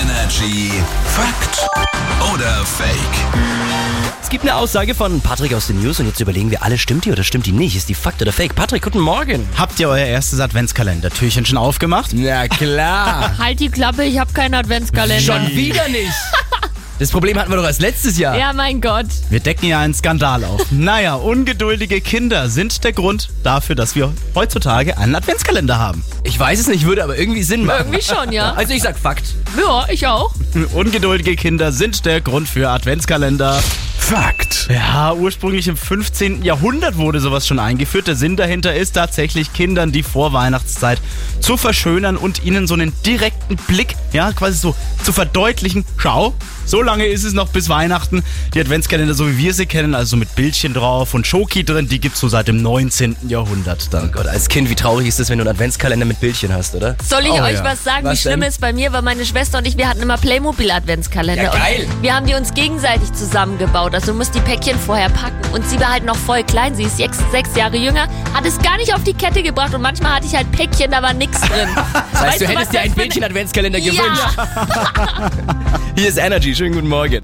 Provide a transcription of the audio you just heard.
Energy Fakt oder Fake? Es gibt eine Aussage von Patrick aus den News und jetzt überlegen wir alle, stimmt die oder stimmt die nicht? Ist die Fakt oder Fake? Patrick, guten Morgen. Habt ihr euer erstes Adventskalender-Türchen schon aufgemacht? Na klar. Halt die Klappe, ich habe keinen Adventskalender. Schon wieder nicht. Das Problem hatten wir doch erst letztes Jahr. Ja, mein Gott. Wir decken ja einen Skandal auf. naja, ungeduldige Kinder sind der Grund dafür, dass wir heutzutage einen Adventskalender haben. Ich weiß es nicht, würde aber irgendwie Sinn machen. Irgendwie schon, ja. Also ich sag Fakt. Ja, ich auch. Ungeduldige Kinder sind der Grund für Adventskalender. Fakt. Ja, ursprünglich im 15. Jahrhundert wurde sowas schon eingeführt. Der Sinn dahinter ist tatsächlich, Kindern die Vorweihnachtszeit zu verschönern und ihnen so einen direkten Blick, ja, quasi so zu verdeutlichen. Schau, so lange ist es noch bis Weihnachten. Die Adventskalender, so wie wir sie kennen, also mit Bildchen drauf und Schoki drin, die gibt's so seit dem 19. Jahrhundert dann. Gott, als Kind, wie traurig ist es, wenn du einen Adventskalender mit Bildchen hast, oder? Soll ich Oh, euch ja. was sagen, Was wie schlimm denn? es bei mir war? Meine Schwester und ich, wir hatten immer Playmobil-Adventskalender. Ja, geil. Und wir haben die uns gegenseitig zusammengebaut. Also du musst die Päckchen vorher packen. Und sie war halt noch voll klein. Sie ist sechs, sechs Jahre jünger, hat es gar nicht auf die Kette gebracht. Und manchmal hatte ich halt Päckchen, da war nichts drin. Das heißt, Weißt du was hättest dir ein das für eine- Bildchen-Adventskalender Ja. gewünscht. Hier ist Energy, schönen guten Morgen.